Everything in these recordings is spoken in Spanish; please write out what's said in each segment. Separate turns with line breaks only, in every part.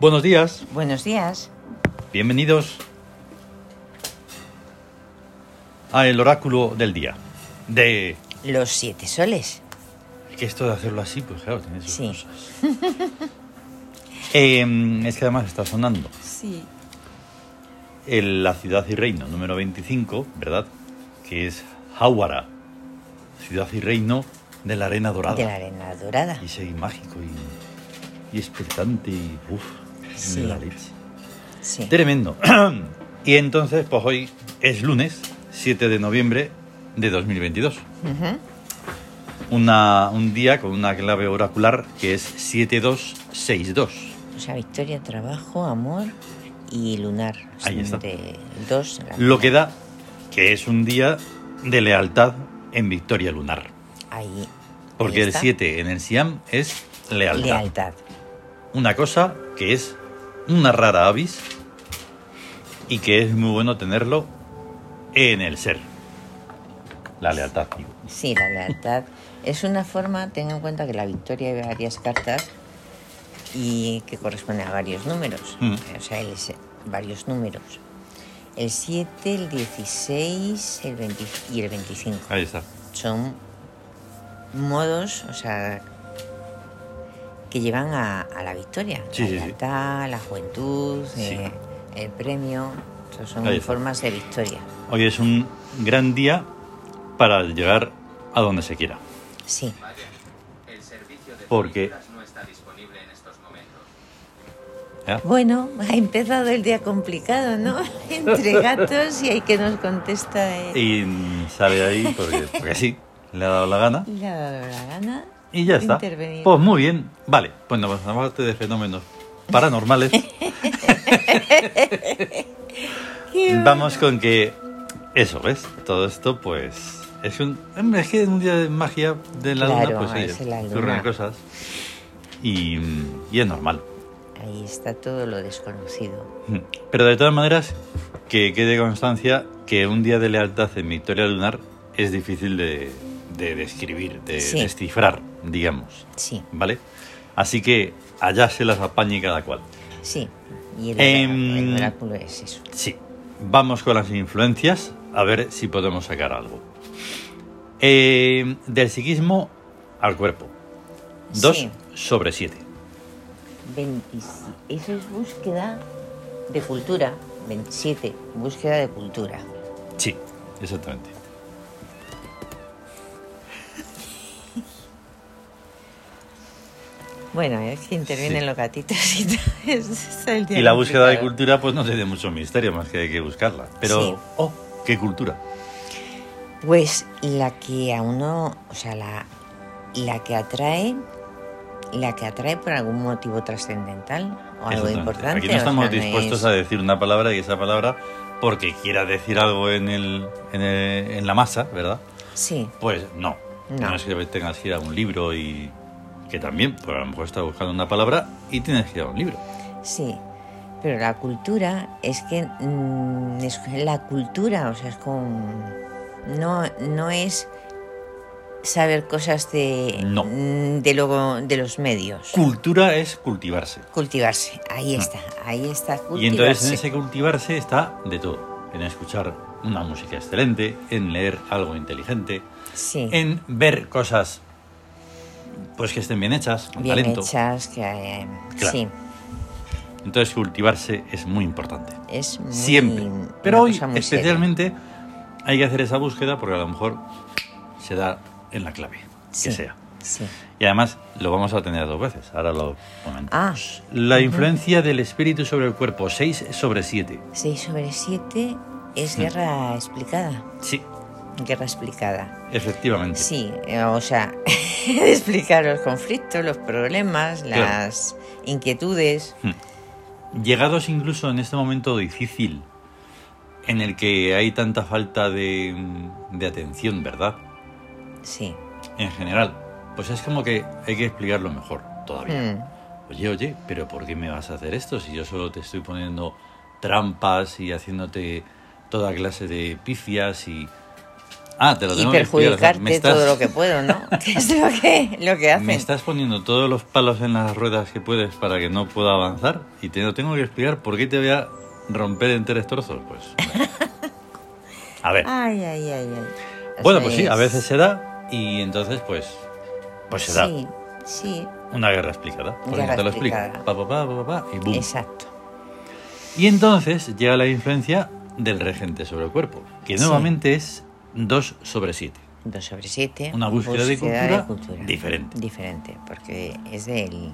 Buenos días,
Buenos días.
bienvenidos a el oráculo del día. De
Los siete soles.
que esto de hacerlo así, pues claro, tiene sus
Sí.
cosas. Em, es que además está sonando
Sí.
el La ciudad y reino número 25, ¿verdad? Que es Hawara, ciudad y reino de la arena dorada.
De la arena dorada.
Y ese mágico y, y expectante y uff,
Sí.
la leche.
Sí.
Tremendo. y entonces, pues hoy es lunes, 7 de noviembre de 2022.
Ujú.
Una, un día con una clave oracular que es 7262.
O sea, victoria, trabajo, amor y lunar.
Ahí
Son
está.
De dos. a la
Lo que
mitad.
da que es un día de lealtad en victoria lunar.
Ahí.
Porque
ahí
el
está.
7 en el Siam es lealtad.
Lealtad.
Una cosa que es una rara avis y que es muy bueno tenerlo en el ser. La lealtad, digo.
Sí, la lealtad. es una forma, ten en cuenta que la victoria hay varias cartas y que corresponde a varios números.
Mm.
O sea, el se- varios números. El 7, el 16 el 20 y el 25.
Ahí está.
son modos, o sea, que llevan a, a la victoria.
Sí,
la
sí, sí.
lealtad, la juventud,
Sí.
eh, el premio, eso son
Ahí está.
formas de victoria.
Hoy es un gran día para llegar a donde se quiera.
Sí,
Vaya, el servicio de
Porque-
películas no está disponible en estos momentos.
¿ya?
bueno, ha empezado el día complicado, ¿no? Entre gatos y hay que nos contesta. eh,
Y sale ahí porque, porque sí, le ha dado la gana.
le ha dado la gana.
Y ya
de
está.
intervenir.
Pues muy bien. Vale, pues nos pasamos de fenómenos paranormales.
Qué bueno.
Vamos con que eso, ¿ves? Todo esto, pues. Es un. Es que un día de magia de la
Claro,
luna, pues oye,
es la luna.
ocurren cosas. Y, y es normal.
Ahí está todo lo desconocido.
Pero de todas maneras, que quede constancia que un día de lealtad en Victoria Lunar es difícil de, de describir, de
Sí.
descifrar, digamos.
Sí,
¿Vale? Así que allá se las apañe cada cual.
sí. Y el,
Em,
oráculo- el oráculo es eso.
Sí, vamos con las influencias a ver si podemos sacar algo. Eh, del psiquismo al cuerpo. 2
Sí.
sobre 7.
27. Eso es búsqueda de cultura. 27. Búsqueda de cultura.
Sí, exactamente.
Bueno, es que intervienen
Sí.
los gatitos y todo. Es, es el día
Y la búsqueda de
complicado.
cultura, pues no tiene mucho misterio, más que hay que buscarla. Pero,
Sí.
oh, qué cultura.
Pues la que a uno, o sea, la, la que atrae, la que atrae por algún motivo trascendental o algo
Exactamente.
importante.
Aquí
o
no estamos
sea,
dispuestos
es-
a decir una palabra y esa palabra, porque quiera decir algo en, el, en, el- en la masa, ¿verdad?
Sí,
Pues no.
No.
No, es que tengas que ir a un libro y. que también, pues a lo mejor estás buscando una palabra y tienes que ir a un libro.
sí. Pero la cultura es que mm, es la cultura, o sea, es con no no es saber cosas de
No.
mm, de lo- de los medios.
Cultura es cultivarse.
cultivarse, ahí está, ahí está cultivarse.
Mm. Y entonces en ese cultivarse está de todo. En escuchar una música excelente, en leer algo inteligente,
sí,
en ver cosas pues que estén bien hechas, con
bien
talento.
hechas que eh,
Claro.
sí,
Entonces cultivarse es muy importante.
es muy-
Siempre.
una
Pero hoy
cosa muy seria.
especialmente hay que hacer esa búsqueda porque a lo mejor se da en la clave,
Sí,
que sea.
Sí.
Y además lo vamos a tener dos veces, ahora lo
Ah,
comentamos. la influencia del espíritu sobre el cuerpo, 6 sobre 7.
6 sobre 7 es
Mm.
guerra explicada,
Sí,
guerra explicada.
efectivamente.
Sí, eh, o sea, explicar los conflictos, los problemas,
Claro.
las inquietudes.
Llegados incluso en este momento difícil, en el que hay tanta falta de, de atención, ¿verdad?
Sí.
En general, pues es como que hay que explicarlo mejor todavía.
Mm,
Oye, oye, pero ¿por qué me vas a hacer esto si yo solo te estoy poniendo trampas y haciéndote toda clase de pifias y... Ah, te lo
y
tengo que explicar, o sea,
perjudicarte
me estás-
todo lo que puedo, ¿no? Que es lo que, lo que hacen.
Me estás poniendo todos los palos en las ruedas que puedes para que no pueda avanzar y te lo tengo que explicar por qué te voy a romper en tres trozos, pues. A ver.
Ay, ay, ay, ay. O
Bueno,
sea,
pues sí, a
Ah, es-
veces se da y entonces pues pues se da
Sí, sí,
una guerra explicada, porque
Guerra
no te lo explica.
explicada.
Pa, pa, pa, pa, pa, pa, y boom.
exacto.
Y entonces llega la influencia del regente sobre el cuerpo, que
Sí.
nuevamente es 2 sobre 7.
2 sobre 7.
Una búsqueda de cultura diferente.
Diferente, porque es del,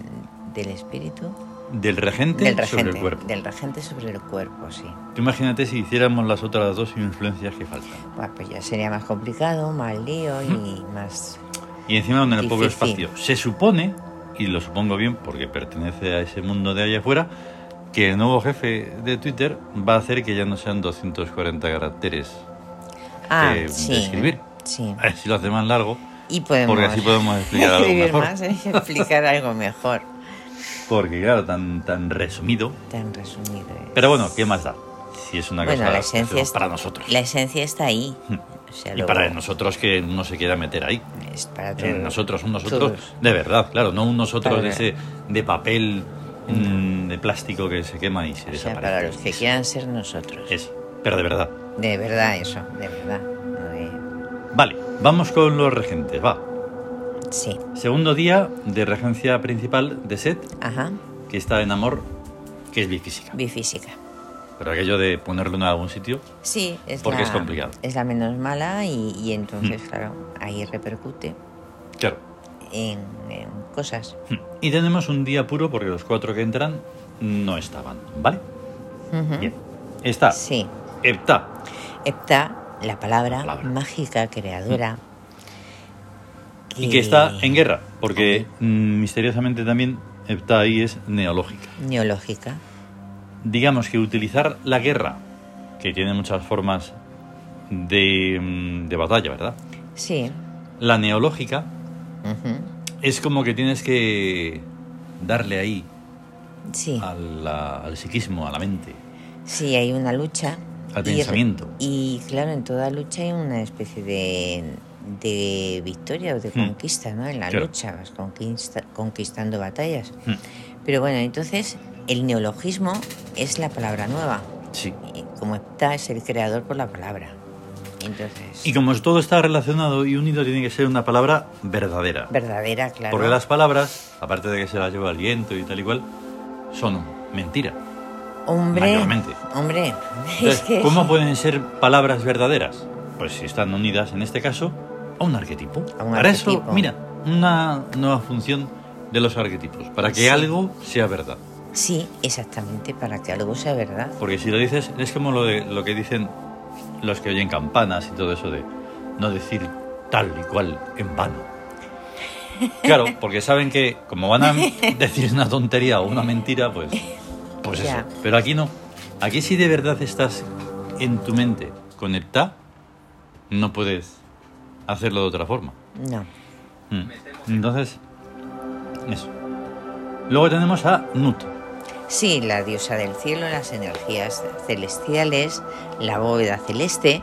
del espíritu.
Del regente,
Del regente,
sobre el cuerpo.
Del regente sobre el cuerpo, sí.
Tú imagínate si hiciéramos las otras dos influencias que faltan.
Bueno, pues ya sería más complicado, más lío y más...
Y encima en el poco
Difícil.
espacio. Se supone, y lo supongo bien porque pertenece a ese mundo de allá afuera, que el nuevo jefe de Twitter va a hacer que ya no sean 240 caracteres.
Ah,
de
sí.
escribir.
Sí.
A ver si lo hace más largo,
Y podemos...
porque así podemos explicar algo
escribir
mejor.
más y explicar algo mejor.
Porque claro, tan, tan resumido.
Tan resumido es.
Pero bueno, ¿qué más da? Si es una
Bueno,
cosa
la esencia
que
es-
para nosotros.
La esencia está ahí. O sea,
Hmm. Y
luego
para nosotros que no se quiera meter ahí.
Es para
Eh,
todo-
nosotros, un nosotros
todos.
de verdad, claro, no un nosotros de,
Para
ese, de papel, mm, de plástico que se quema y se
O sea,
desaparece. Eh.
para los que quieran ser nosotros.
Es, pero de verdad.
De verdad eso, de verdad. No de-
Vale, vamos con los regentes, va.
Sí,
Segundo día de regencia principal de Set,
ajá.
que está en amor, que es bifísica.
Bifísica.
Pero aquello de ponerlo en algún sitio,
Sí, es
Porque
la,
es complicado. Hmm.
Es la menos mala y, y entonces, claro, ahí repercute
claro.
en, en cosas.
Y tenemos un día puro porque los cuatro que entran no estaban, ¿vale?
Ujú.
Bien. Está,
¿Mm? Sí.
Epta,
Hepta, la palabra,
palabra.
mágica, creadora.
Y que está en guerra, porque mm, misteriosamente también está ahí es neológica.
Neológica.
Digamos que utilizar la guerra, que tiene muchas formas de, mm, de batalla, ¿verdad?
Sí.
La neológica
ujú,
es como que tienes que darle ahí
Sí.
a la- al psiquismo, a la mente.
Sí, hay una lucha.
Al
y-
pensamiento.
Y, claro, en toda lucha hay una especie de, de victoria o de conquista, ¿no? En la
Hmm. Claro.
lucha vas conquista- conquistando batallas.
Hmm,
Pero bueno, entonces el neologismo es la palabra nueva.
Sí.
Y como está, es el creador por la palabra. Entonces,
Y como todo está relacionado y unido, tiene que ser una palabra verdadera.
verdadera, claro.
Porque las palabras, aparte de que se las lleva el viento y tal y cual, son mentira.
Hombre,
mayormente.
hombre, es
Entonces,
que
¿cómo pueden ser palabras verdaderas? Pues si están unidas, en este caso, a un arquetipo.
A un
para eso,
arquetipo.
mira, una nueva función de los arquetipos, para que
Sí.
algo sea verdad.
sí, exactamente, para que algo sea verdad.
Porque si lo dices, es como lo, de- lo que dicen los que oyen campanas y todo eso de no decir tal y cual en vano. Claro, porque saben que como van a decir una tontería o una mentira, pues, pues eso.
Ya.
Pero aquí no. Aquí si de verdad estás en tu mente conectada, no puedes hacerlo de otra forma.
No,
Mm. Entonces, eso. Luego tenemos a Nut.
Sí, la diosa del cielo, las energías celestiales, la bóveda celeste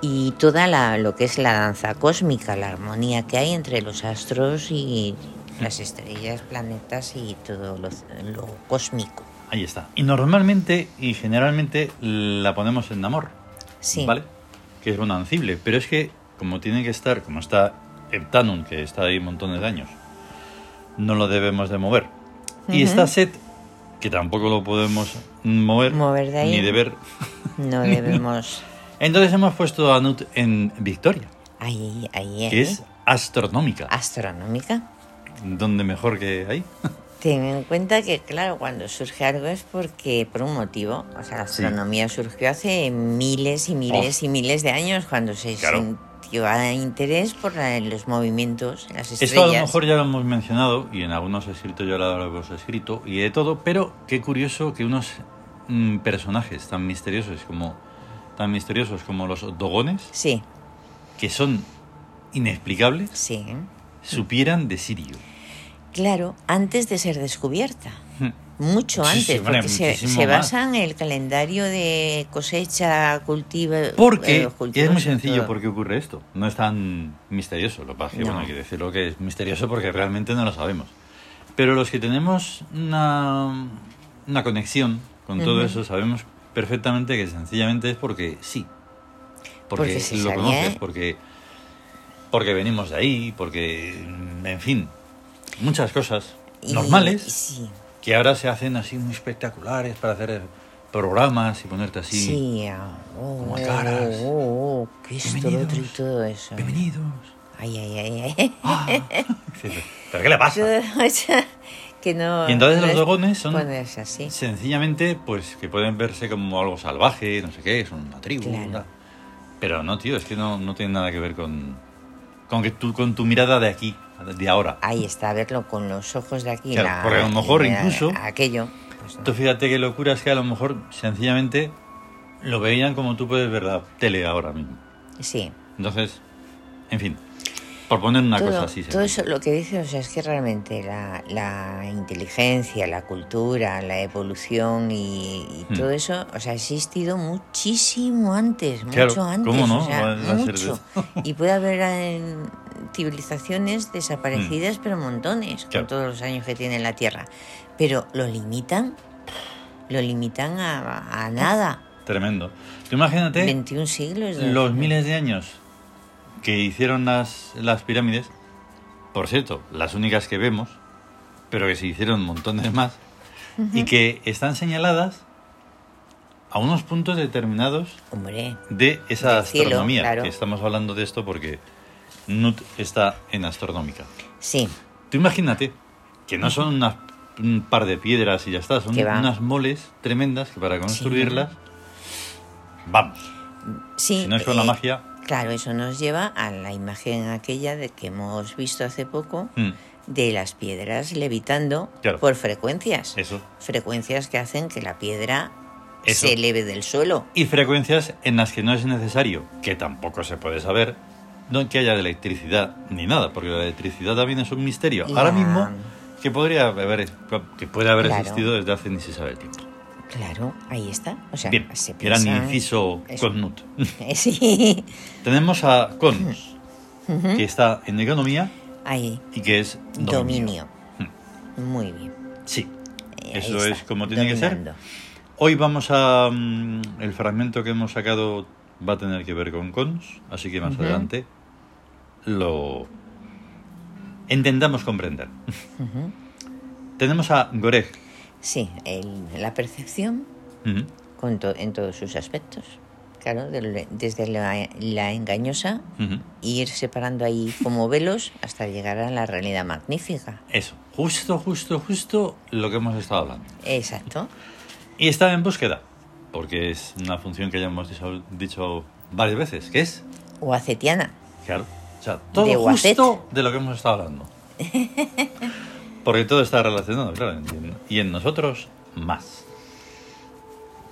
y toda la, lo que es la danza cósmica, la armonía que hay entre los astros y las estrellas, planetas y todo lo, lo cósmico.
Ahí está. Y normalmente y generalmente la ponemos en amor.
Sí.
¿Vale? Que es bonancible. Pero es que, como tiene que estar, como está Heptanum, que está ahí montones de años, no lo debemos de mover. Y
Ujú.
está Set, que tampoco lo podemos mover,
Mover de ahí.
ni deber.
No debemos...
Entonces hemos puesto a Nut en Victoria,
Ahí, ahí, ahí.
que es astronómica.
Astronómica.
Donde mejor que ahí.
Ten en cuenta que, claro, cuando surge algo es porque, por un motivo, o sea, la
Sí.
astronomía surgió hace miles y miles y miles de años, cuando se
Claro.
sintió a interés por la- los movimientos, las estrellas.
Esto a lo mejor ya lo hemos mencionado y en algunos escritos ya lo hemos escrito y de todo, pero qué curioso que unos mm, personajes tan misteriosos como tan misteriosos como los dogones,
Sí,
que son inexplicables,
sí.
supieran de Sirio.
Claro, antes de ser descubierta. mucho
Hmm. Sí, sí,
antes,
hombre,
porque se,
muchísimo
se
más.
basa en el calendario de cosecha, cultivo. eh,
Porque
los cultivos
es muy
y
sencillo
todo.
por qué ocurre esto. No es tan misterioso. Lo que pasa es que,
No.
bueno, hay que decirlo que es misterioso porque realmente no lo sabemos. Pero los que tenemos una, una conexión con todo
Ujú.
eso sabemos perfectamente que sencillamente es porque sí. Porque,
Porque se
lo
sabía,
conoces,
¿eh?
porque, porque venimos de ahí, porque, en fin, muchas cosas
Y-
normales
Sí,
que ahora se hacen así muy espectaculares para hacer programas y ponerte así.
sí. ah, oh,
como
oh,
caras.
oh, oh, que esto, lo otro y
Bienvenidos.
todo eso.
Bienvenidos.
Ay, ay, ay, ay.
Ah. Sí, ¿Pero qué le pasa?
Todo eso que no.
Y entonces
no
los
es
dogones son
ponerse así.
sencillamente, pues que pueden verse como algo salvaje, no sé qué, son una tribu.
Claro.
una- Pero no, tío, es que no, no tiene nada que ver con, con, que tú, con tu mirada de aquí, de ahora.
Ahí está, verlo con los ojos de aquí.
Claro, porque a lo mejor incluso-
Aquello. pues no.
Tú fíjate qué locura es que a lo mejor sencillamente lo veían como tú puedes ver la tele ahora mismo.
sí.
Entonces, en fin, por poner una
todo,
cosa así.
todo
sencilla.
eso, lo que dices, o sea, es que realmente la, la inteligencia, la cultura, la evolución y, y
Hmm.
todo eso, o sea, ha existido muchísimo antes,
Claro,
mucho antes,
¿cómo no?
o sea,
Va- va a ser de
mucho.
eso.
Y puede haber eh, civilizaciones desaparecidas, pero montones,
Hmm. Claro.
con todos los años que tiene la Tierra. Pero lo limitan, lo limitan a,
¿Eh?
a nada.
Tremendo. Tú imagínate...
21 siglos. de-
¿Eh? los miles de años que hicieron las, las pirámides, por cierto, las únicas que vemos, pero que se hicieron montones más, y que están señaladas a unos puntos determinados
Hombre,
de esa
Del cielo,
astronomía.
claro.
que estamos hablando de esto porque Nut está en astronómica.
sí,
Tú imagínate que no son unas- un par de piedras y ya está, son
Que va.
unas moles tremendas que para construirlas, vamos,
sí.
si no es con la
eh,
magia...
Claro, eso nos lleva a la imagen aquella de que hemos visto hace poco
mm,
de las piedras levitando
Claro.
por frecuencias.
Eso.
Frecuencias que hacen que la piedra
Eso.
se eleve del suelo.
y frecuencias en las que no es necesario, que tampoco se puede saber, no que haya electricidad ni nada, porque la electricidad también es un misterio.
Ya.
Ahora mismo que podría haber que puede haber
Claro.
existido desde hace ni se sabe el tiempo.
Claro, ahí está. O sea,
Bien,
se
gran
piensa-
inciso
eso.
con Nut.
sí,
Tenemos a Cons, que está en economía
ahí.
y que es dominio.
Dominio. Muy bien.
Sí.
Eh, ahí
Eso
está,
es como tiene que ser.
dominando.
Hoy vamos a mm, el fragmento que hemos sacado va a tener que ver con cons, así que más
Ujú.
adelante lo intentamos comprender.
Ujú.
Tenemos a Goreg.
Sí, el- la percepción
Ujú.
con to- en todos sus aspectos. Claro, del- desde la, la engañosa
Ujú.
y ir separando ahí como velos hasta llegar a la realidad magnífica.
Eso, justo, justo, justo lo que hemos estado hablando.
Exacto.
Y está en búsqueda, porque es una función que ya hemos dicho, dicho varias veces, que es,
O acetiana.
claro, o sea, todo
De Wacet.
justo de lo que hemos estado hablando. Porque todo está relacionado, claro, entiendo. Y en nosotros, más.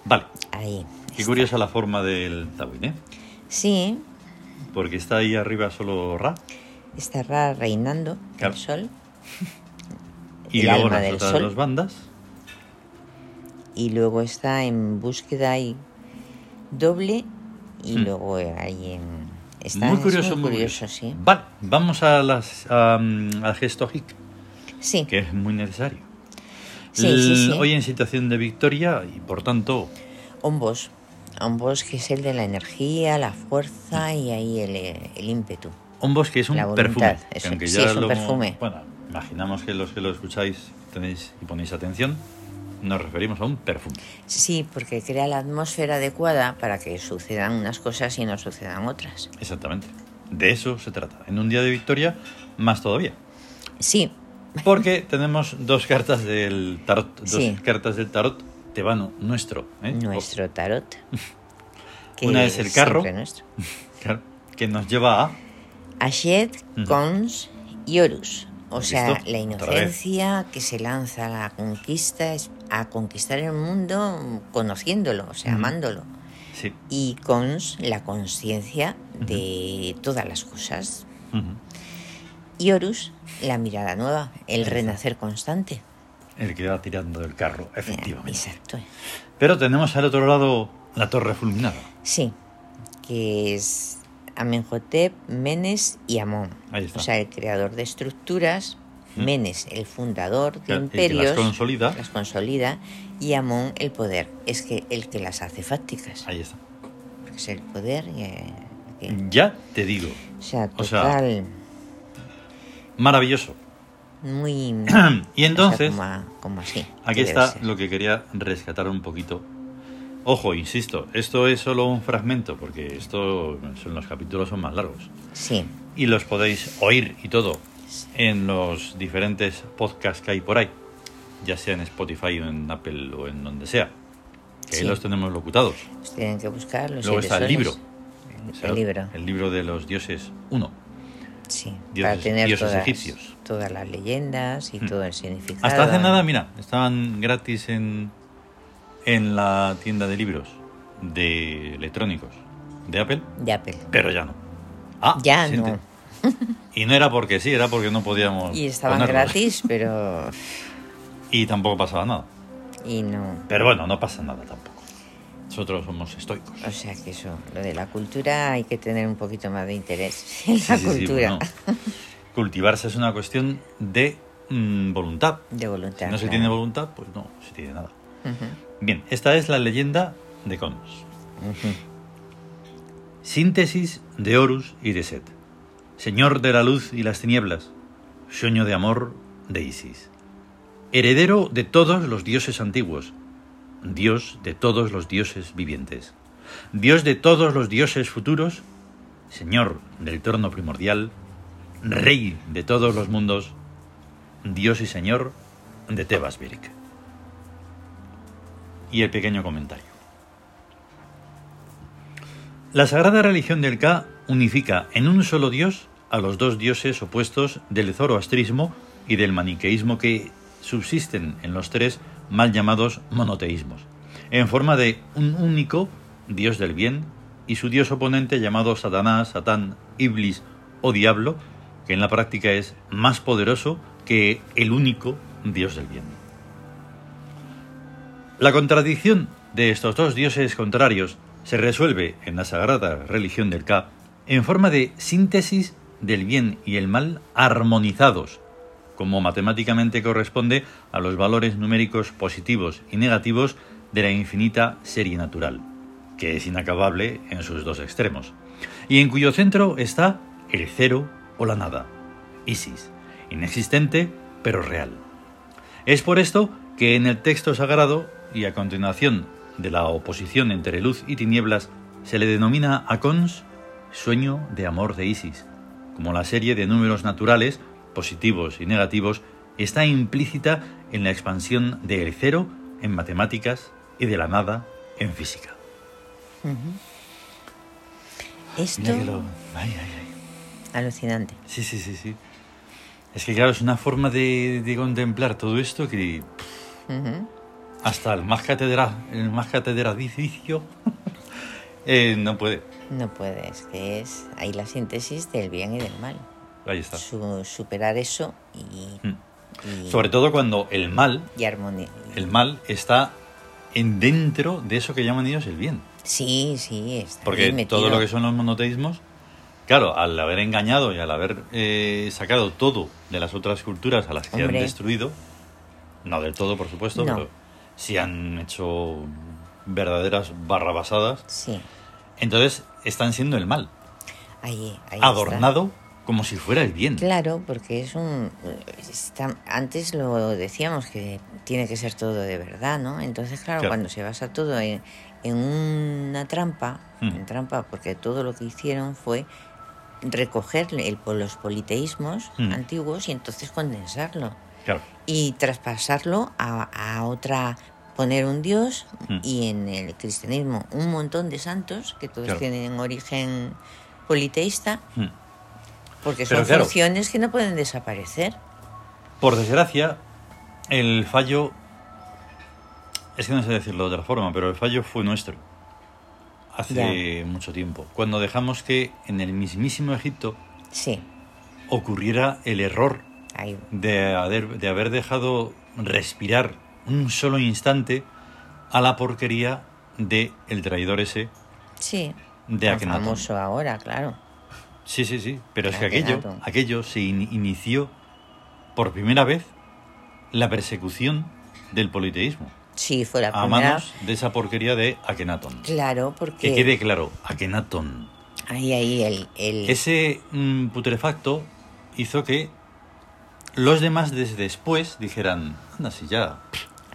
Vale.
Ahí.
Qué curiosa la forma del Tawin, ¿eh?
Sí,
Porque está ahí arriba solo Ra.
está Ra reinando
Claro.
el sol
Y
El
luego
alma
las
del
otras
sol.
dos bandas.
y luego está en búsqueda ahí doble y
Hmm.
luego ahí en... Está,
muy
es
curioso,
muy curioso, sí.
Vale, vamos a las, a, mm, al gesto hic,
Sí,
que es muy necesario.
Sí, sí,
L-
sí.
Hoy en situación de victoria y por tanto,
Ombos. Ombos que es el de la energía, la fuerza y ahí el, el ímpetu.
un bosque es un
La voluntad,
perfume.
es
que
un-
aunque
sí,
ya
es un
lo-
perfume.
Bueno, imaginamos que los que lo escucháis tenéis y ponéis atención, nos referimos a un perfume.
Sí, porque crea la atmósfera adecuada para que sucedan unas cosas y no sucedan otras.
Exactamente. De eso se trata. En un día de victoria, más todavía.
Sí,
Porque tenemos dos cartas del tarot. Dos
Sí.
cartas del tarot tebano, nuestro. ¿eh?
nuestro tarot.
Una es el carro.
siempre nuestro.
Claro, que nos lleva a.
Ashed,
Ujú.
Cons y Horus. O
¿Has
sea,
visto?
la
Otra vez.
inocencia que se lanza a la conquista, es- a conquistar el mundo conociéndolo, o sea,
Ujú.
amándolo.
Sí.
Y Cons, la conciencia de todas las cosas.
Ujú.
Y Horus, la mirada nueva, el renacer constante.
el que va tirando del carro, efectivamente.
Exacto.
Pero tenemos al otro lado la torre fulminada.
Sí, que es Amenhotep, Menes y Amón.
Ahí está.
O sea, el creador de estructuras,
Ujú.
Menes el fundador de
Claro, y que
imperios,
las consolida.
las consolida, y Amón el poder, es que el que las hace fácticas,
Ahí está.
porque es el poder. y, eh, que-
Ya te digo,
o sea,
O sea,
total,
maravilloso.
muy...
Y entonces,
o sea, como, como así.
aquí
debe
está
ser.
lo que quería rescatar un poquito. Ojo, insisto, esto es solo un fragmento, porque esto son los capítulos son más largos.
Sí,
Y los podéis oír y todo en los diferentes podcasts que hay por ahí, ya sea en Spotify o en Apple o en donde sea. Que ahí
Sí.
los tenemos locutados.
pues tienen que buscar los
Luego
siete
está el
soles.
libro.
El,
O sea,
libro,
El libro de los dioses 1.
sí,
dioses-
para tener
dioses
todas,
egipcios.
todas las leyendas y
Mm.
todo el significado.
Hasta hace nada, mira, estaban gratis en, en la tienda de libros de electrónicos de Apple,
De Apple.
pero ya no. Ah,
Ya
siente.
no.
Y no era porque sí, era porque no podíamos.
Y estaban
ponerlos.
gratis, pero...
Y tampoco pasaba nada.
Y no...
Pero bueno, no pasa nada tampoco. Nosotros somos estoicos.
O sea que eso, lo de la cultura hay que tener un poquito más de interés en la
Sí, pues sí, sí,
cultura.
bueno. Cultivarse es una cuestión de mm, voluntad.
De voluntad.
Si no se
claro.
tiene voluntad, pues no se tiene nada.
Ujú,
Bien, esta es la leyenda de Cons.
ujú.
Síntesis de Horus y de Set. Señor de la luz y las tinieblas. Sueño de amor de Isis. Heredero de todos los dioses antiguos. Dios de todos los dioses vivientes. Dios de todos los dioses futuros. Señor del torno primordial. Rey de todos los mundos. Dios y Señor de Tebas Birik. Y el pequeño comentario. La sagrada religión del Ka unifica en un solo dios a los dos dioses opuestos del zoroastrismo y del maniqueísmo que subsisten en los tres mal llamados monoteísmos, en forma de un único dios del bien y su dios oponente llamado Satanás, Satán, Iblis o Diablo, que en la práctica es más poderoso que el único dios del bien. La contradicción de estos dos dioses contrarios se resuelve en la sagrada religión del Ka en forma de síntesis del bien y el mal armonizados, como matemáticamente corresponde a los valores numéricos positivos y negativos de la infinita serie natural, que es inacabable en sus dos extremos, y en cuyo centro está el cero o la nada, Isis, inexistente pero real. Es por esto que en el texto sagrado y a continuación de la oposición entre luz y tinieblas se le denomina a Cons sueño de amor de Isis, como la serie de números naturales, positivos y negativos, está implícita en la expansión del cero en matemáticas y de la nada en física.
Esto,
Ay, ay, ay.
alucinante.
Sí, sí, sí, sí. Es que claro, es una forma de, de contemplar todo esto que
Ujú.
hasta el más catedral, el más catedralicio eh, no puede.
No puedes, que es ahí la síntesis del bien y del mal.
Ahí está.
Su- superar eso y,
Ah. Mm.
y,
Sobre todo cuando el mal,
y armonía.
el mal está en dentro de eso que llaman ellos el bien.
Sí, sí, está
Porque
bien metido.
todo lo que son los monoteísmos, claro, al haber engañado y al haber eh, sacado todo de las otras culturas a las que
Hombre.
han destruido, no del todo, por supuesto,
No.
pero si han hecho verdaderas barrabasadas,
Sí,
entonces están siendo el mal.
ahí, ahí está.
adornado como si fuera el bien.
Claro, porque es un... está- antes lo decíamos que tiene que ser todo de verdad, ¿no? Entonces, claro,
Claro.
cuando se basa todo en, en una trampa,
Mm.
en trampa, porque todo lo que hicieron fue recoger el, los politeísmos
Mm.
antiguos y entonces condensarlo
Claro.
y traspasarlo a, a otra, poner un dios
Mm.
y en el cristianismo un montón de santos que todos
Claro.
tienen origen politeísta.
Mm.
Porque
Pero
son
claro.
funciones que no pueden desaparecer.
Por desgracia, el fallo. Es que no sé decirlo de otra forma, pero el fallo fue nuestro. Hace mucho tiempo. Cuando dejamos que en el mismísimo Egipto
Sí,
ocurriera el error
Ahí.
de haber, de haber dejado respirar un solo instante a la porquería de el traidor ese
Sí.
de
Tan
Akhenaton.
famoso ahora, claro.
Sí, sí, sí, pero es que aquello,
Akhenaton.
aquello se in- inició por primera vez la persecución del politeísmo
Sí, fue la
a
primera.
manos de esa porquería de Akhenaton.
Claro,
Que
porque
quede claro, Akhenaton.
ahí, ahí, el, el-
Ese mm, putrefacto hizo que los demás desde después dijeran, anda, si ya,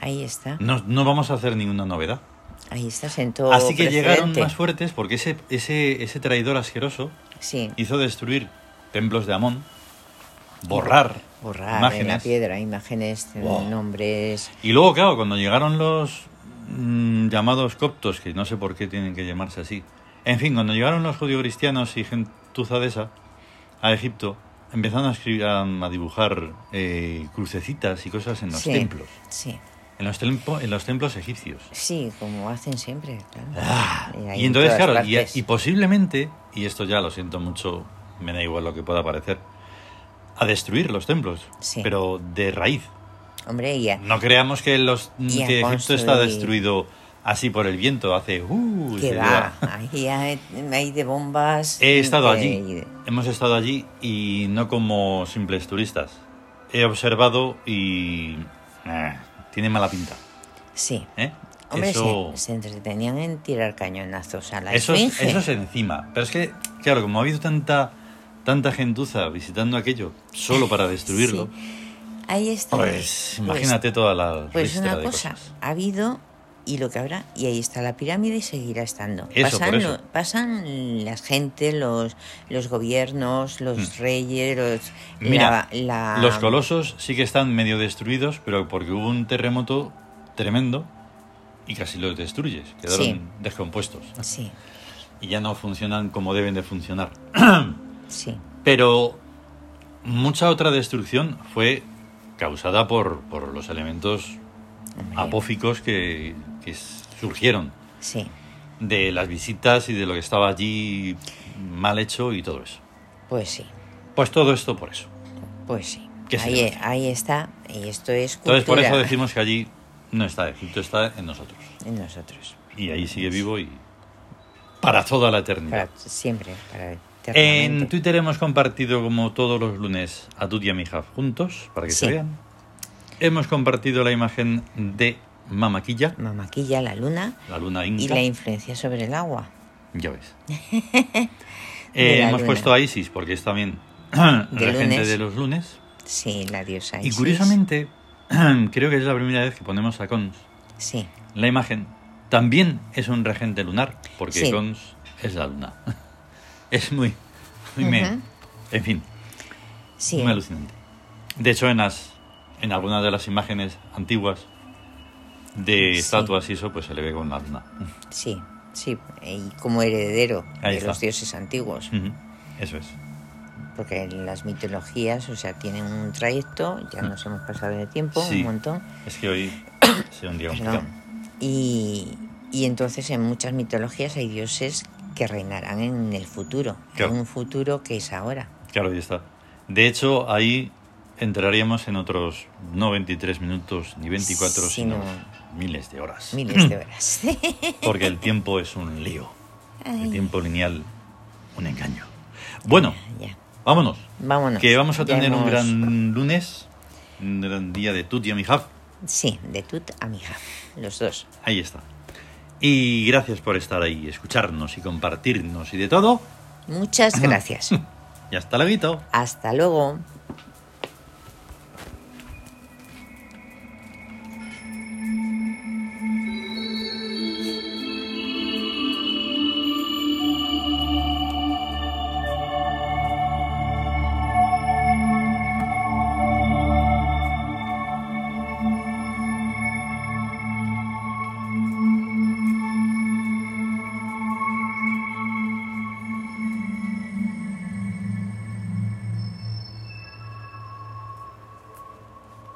ahí está.
no, no vamos a hacer ninguna novedad.
Ahí está, sentó
Así que llegaron
precedente.
más fuertes porque ese, ese, ese traidor asqueroso
Sí.
hizo destruir templos de Amón, borrar,
Borrar en la
imágenes.
piedra imágenes, eh,
Wow.
nombres.
Y luego, claro, cuando llegaron los mm, llamados coptos, que no sé por qué tienen que llamarse así, en fin, cuando llegaron los judio-cristianos y gentuza de esa a Egipto, empezaron a, escribir, a, a dibujar eh, crucecitas y cosas en los
sí,
templos,
Sí.
en los, tempo- en los templos egipcios.
Sí, como hacen siempre, claro. Eh,
Ah, y
ahí en
entonces,
todas
claro, y,
partes.
y posiblemente, y esto ya lo siento mucho, me da igual lo que pueda parecer, a destruir los templos,
Sí.
pero de raíz.
Hombre, y a-
No creamos que, los,
Y a
que Egipto está
construir.
destruido así por el viento, hace... Uh,
que
se
va,
da.
ahí hay, hay de bombas. eh,
He estado
de-
allí, hemos estado allí y no como simples turistas. He observado y... eh, tiene mala pinta.
Sí.
¿eh?
Hombre,
Eso-
se, se entretenían en tirar cañonazos a la
Eso es,
esfinge.
eso es encima. Pero es que, claro, como ha habido tanta tanta gentuza visitando aquello solo para destruirlo,
Pues, Ahí está.
pues imagínate toda la
Pues
ristra
una
de
cosa,
cosas.
ha habido y lo que habrá, y ahí está la pirámide y seguirá estando.
Eso,
pasan,
por eso.
lo- pasan la gente, los, los gobiernos, los reyes, los,
Hmm. Mira,
la- la-
Los colosos sí que están medio destruidos, pero porque hubo un terremoto tremendo y casi los destruyes, quedaron
Sí.
descompuestos
Sí,
y ya no funcionan como deben de funcionar.
sí,
Pero mucha otra destrucción fue causada por, por los elementos
hombre,
apóficos que, que s- surgieron
sí.
de las visitas y de lo que estaba allí mal hecho y todo eso.
Pues sí,
Pues todo esto por eso.
pues sí.
¿Qué se le va a
Ahí,
hacer?
ahí está, y esto es cultura
Entonces por eso decimos que allí no está Egipto, está en nosotros.
en nosotros.
Y ahí sigue vivo y para toda la
Para
eternidad.
siempre, para eternamente.
En Twitter hemos compartido como todos los lunes a Tut y a Mijaf juntos, para que se
Sí.
vean. Hemos compartido la imagen de Mamaquilla,
Mamaquilla, la luna
la luna
y
inca.
la influencia sobre el agua.
Ya ves.
De
Eh,
la
hemos
luna.
puesto a Isis porque es también la gente
lunes.
de los lunes.
Sí, la diosa.
Y
Isis.
curiosamente, creo que es la primera vez que ponemos a Cons
Sí,
la imagen. También es un regente lunar, porque
Sí.
Cons es la luna. Es muy... muy me-
Ujú.
en fin,
sí.
muy alucinante. De hecho, en, las, en algunas de las imágenes antiguas de
Sí.
estatuas y eso, pues se le ve con la luna.
Sí, sí, y como heredero
Ahí
de
está. Mm.
los dioses antiguos,
Ujú, Eso es.
porque las mitologías, o sea, tienen un trayecto, ya nos hemos pasado de tiempo
Mm. Sí.
un montón,
Es que hoy sea un día complicado.
perdón. Y, y entonces en muchas mitologías hay dioses que reinarán en el futuro,
Claro.
en un futuro que es ahora.
Claro, ahí está. De hecho, ahí entraríamos en otros no 23 minutos ni 24,
Sí,
sino
no.
miles de horas.
Miles de horas.
Porque el tiempo es un lío. El tiempo lineal, un engaño. Bueno,
ya.
vámonos.
Vámonos.
Que vamos a
Ya
tener un
hemos-
gran lunes, un gran día de Tuti y Mijaf.
Sí, de Tut a Mija, los dos.
Ahí está. Y gracias por estar ahí, escucharnos y compartirnos y de todo.
Muchas gracias.
Y hasta luego.
Hasta luego.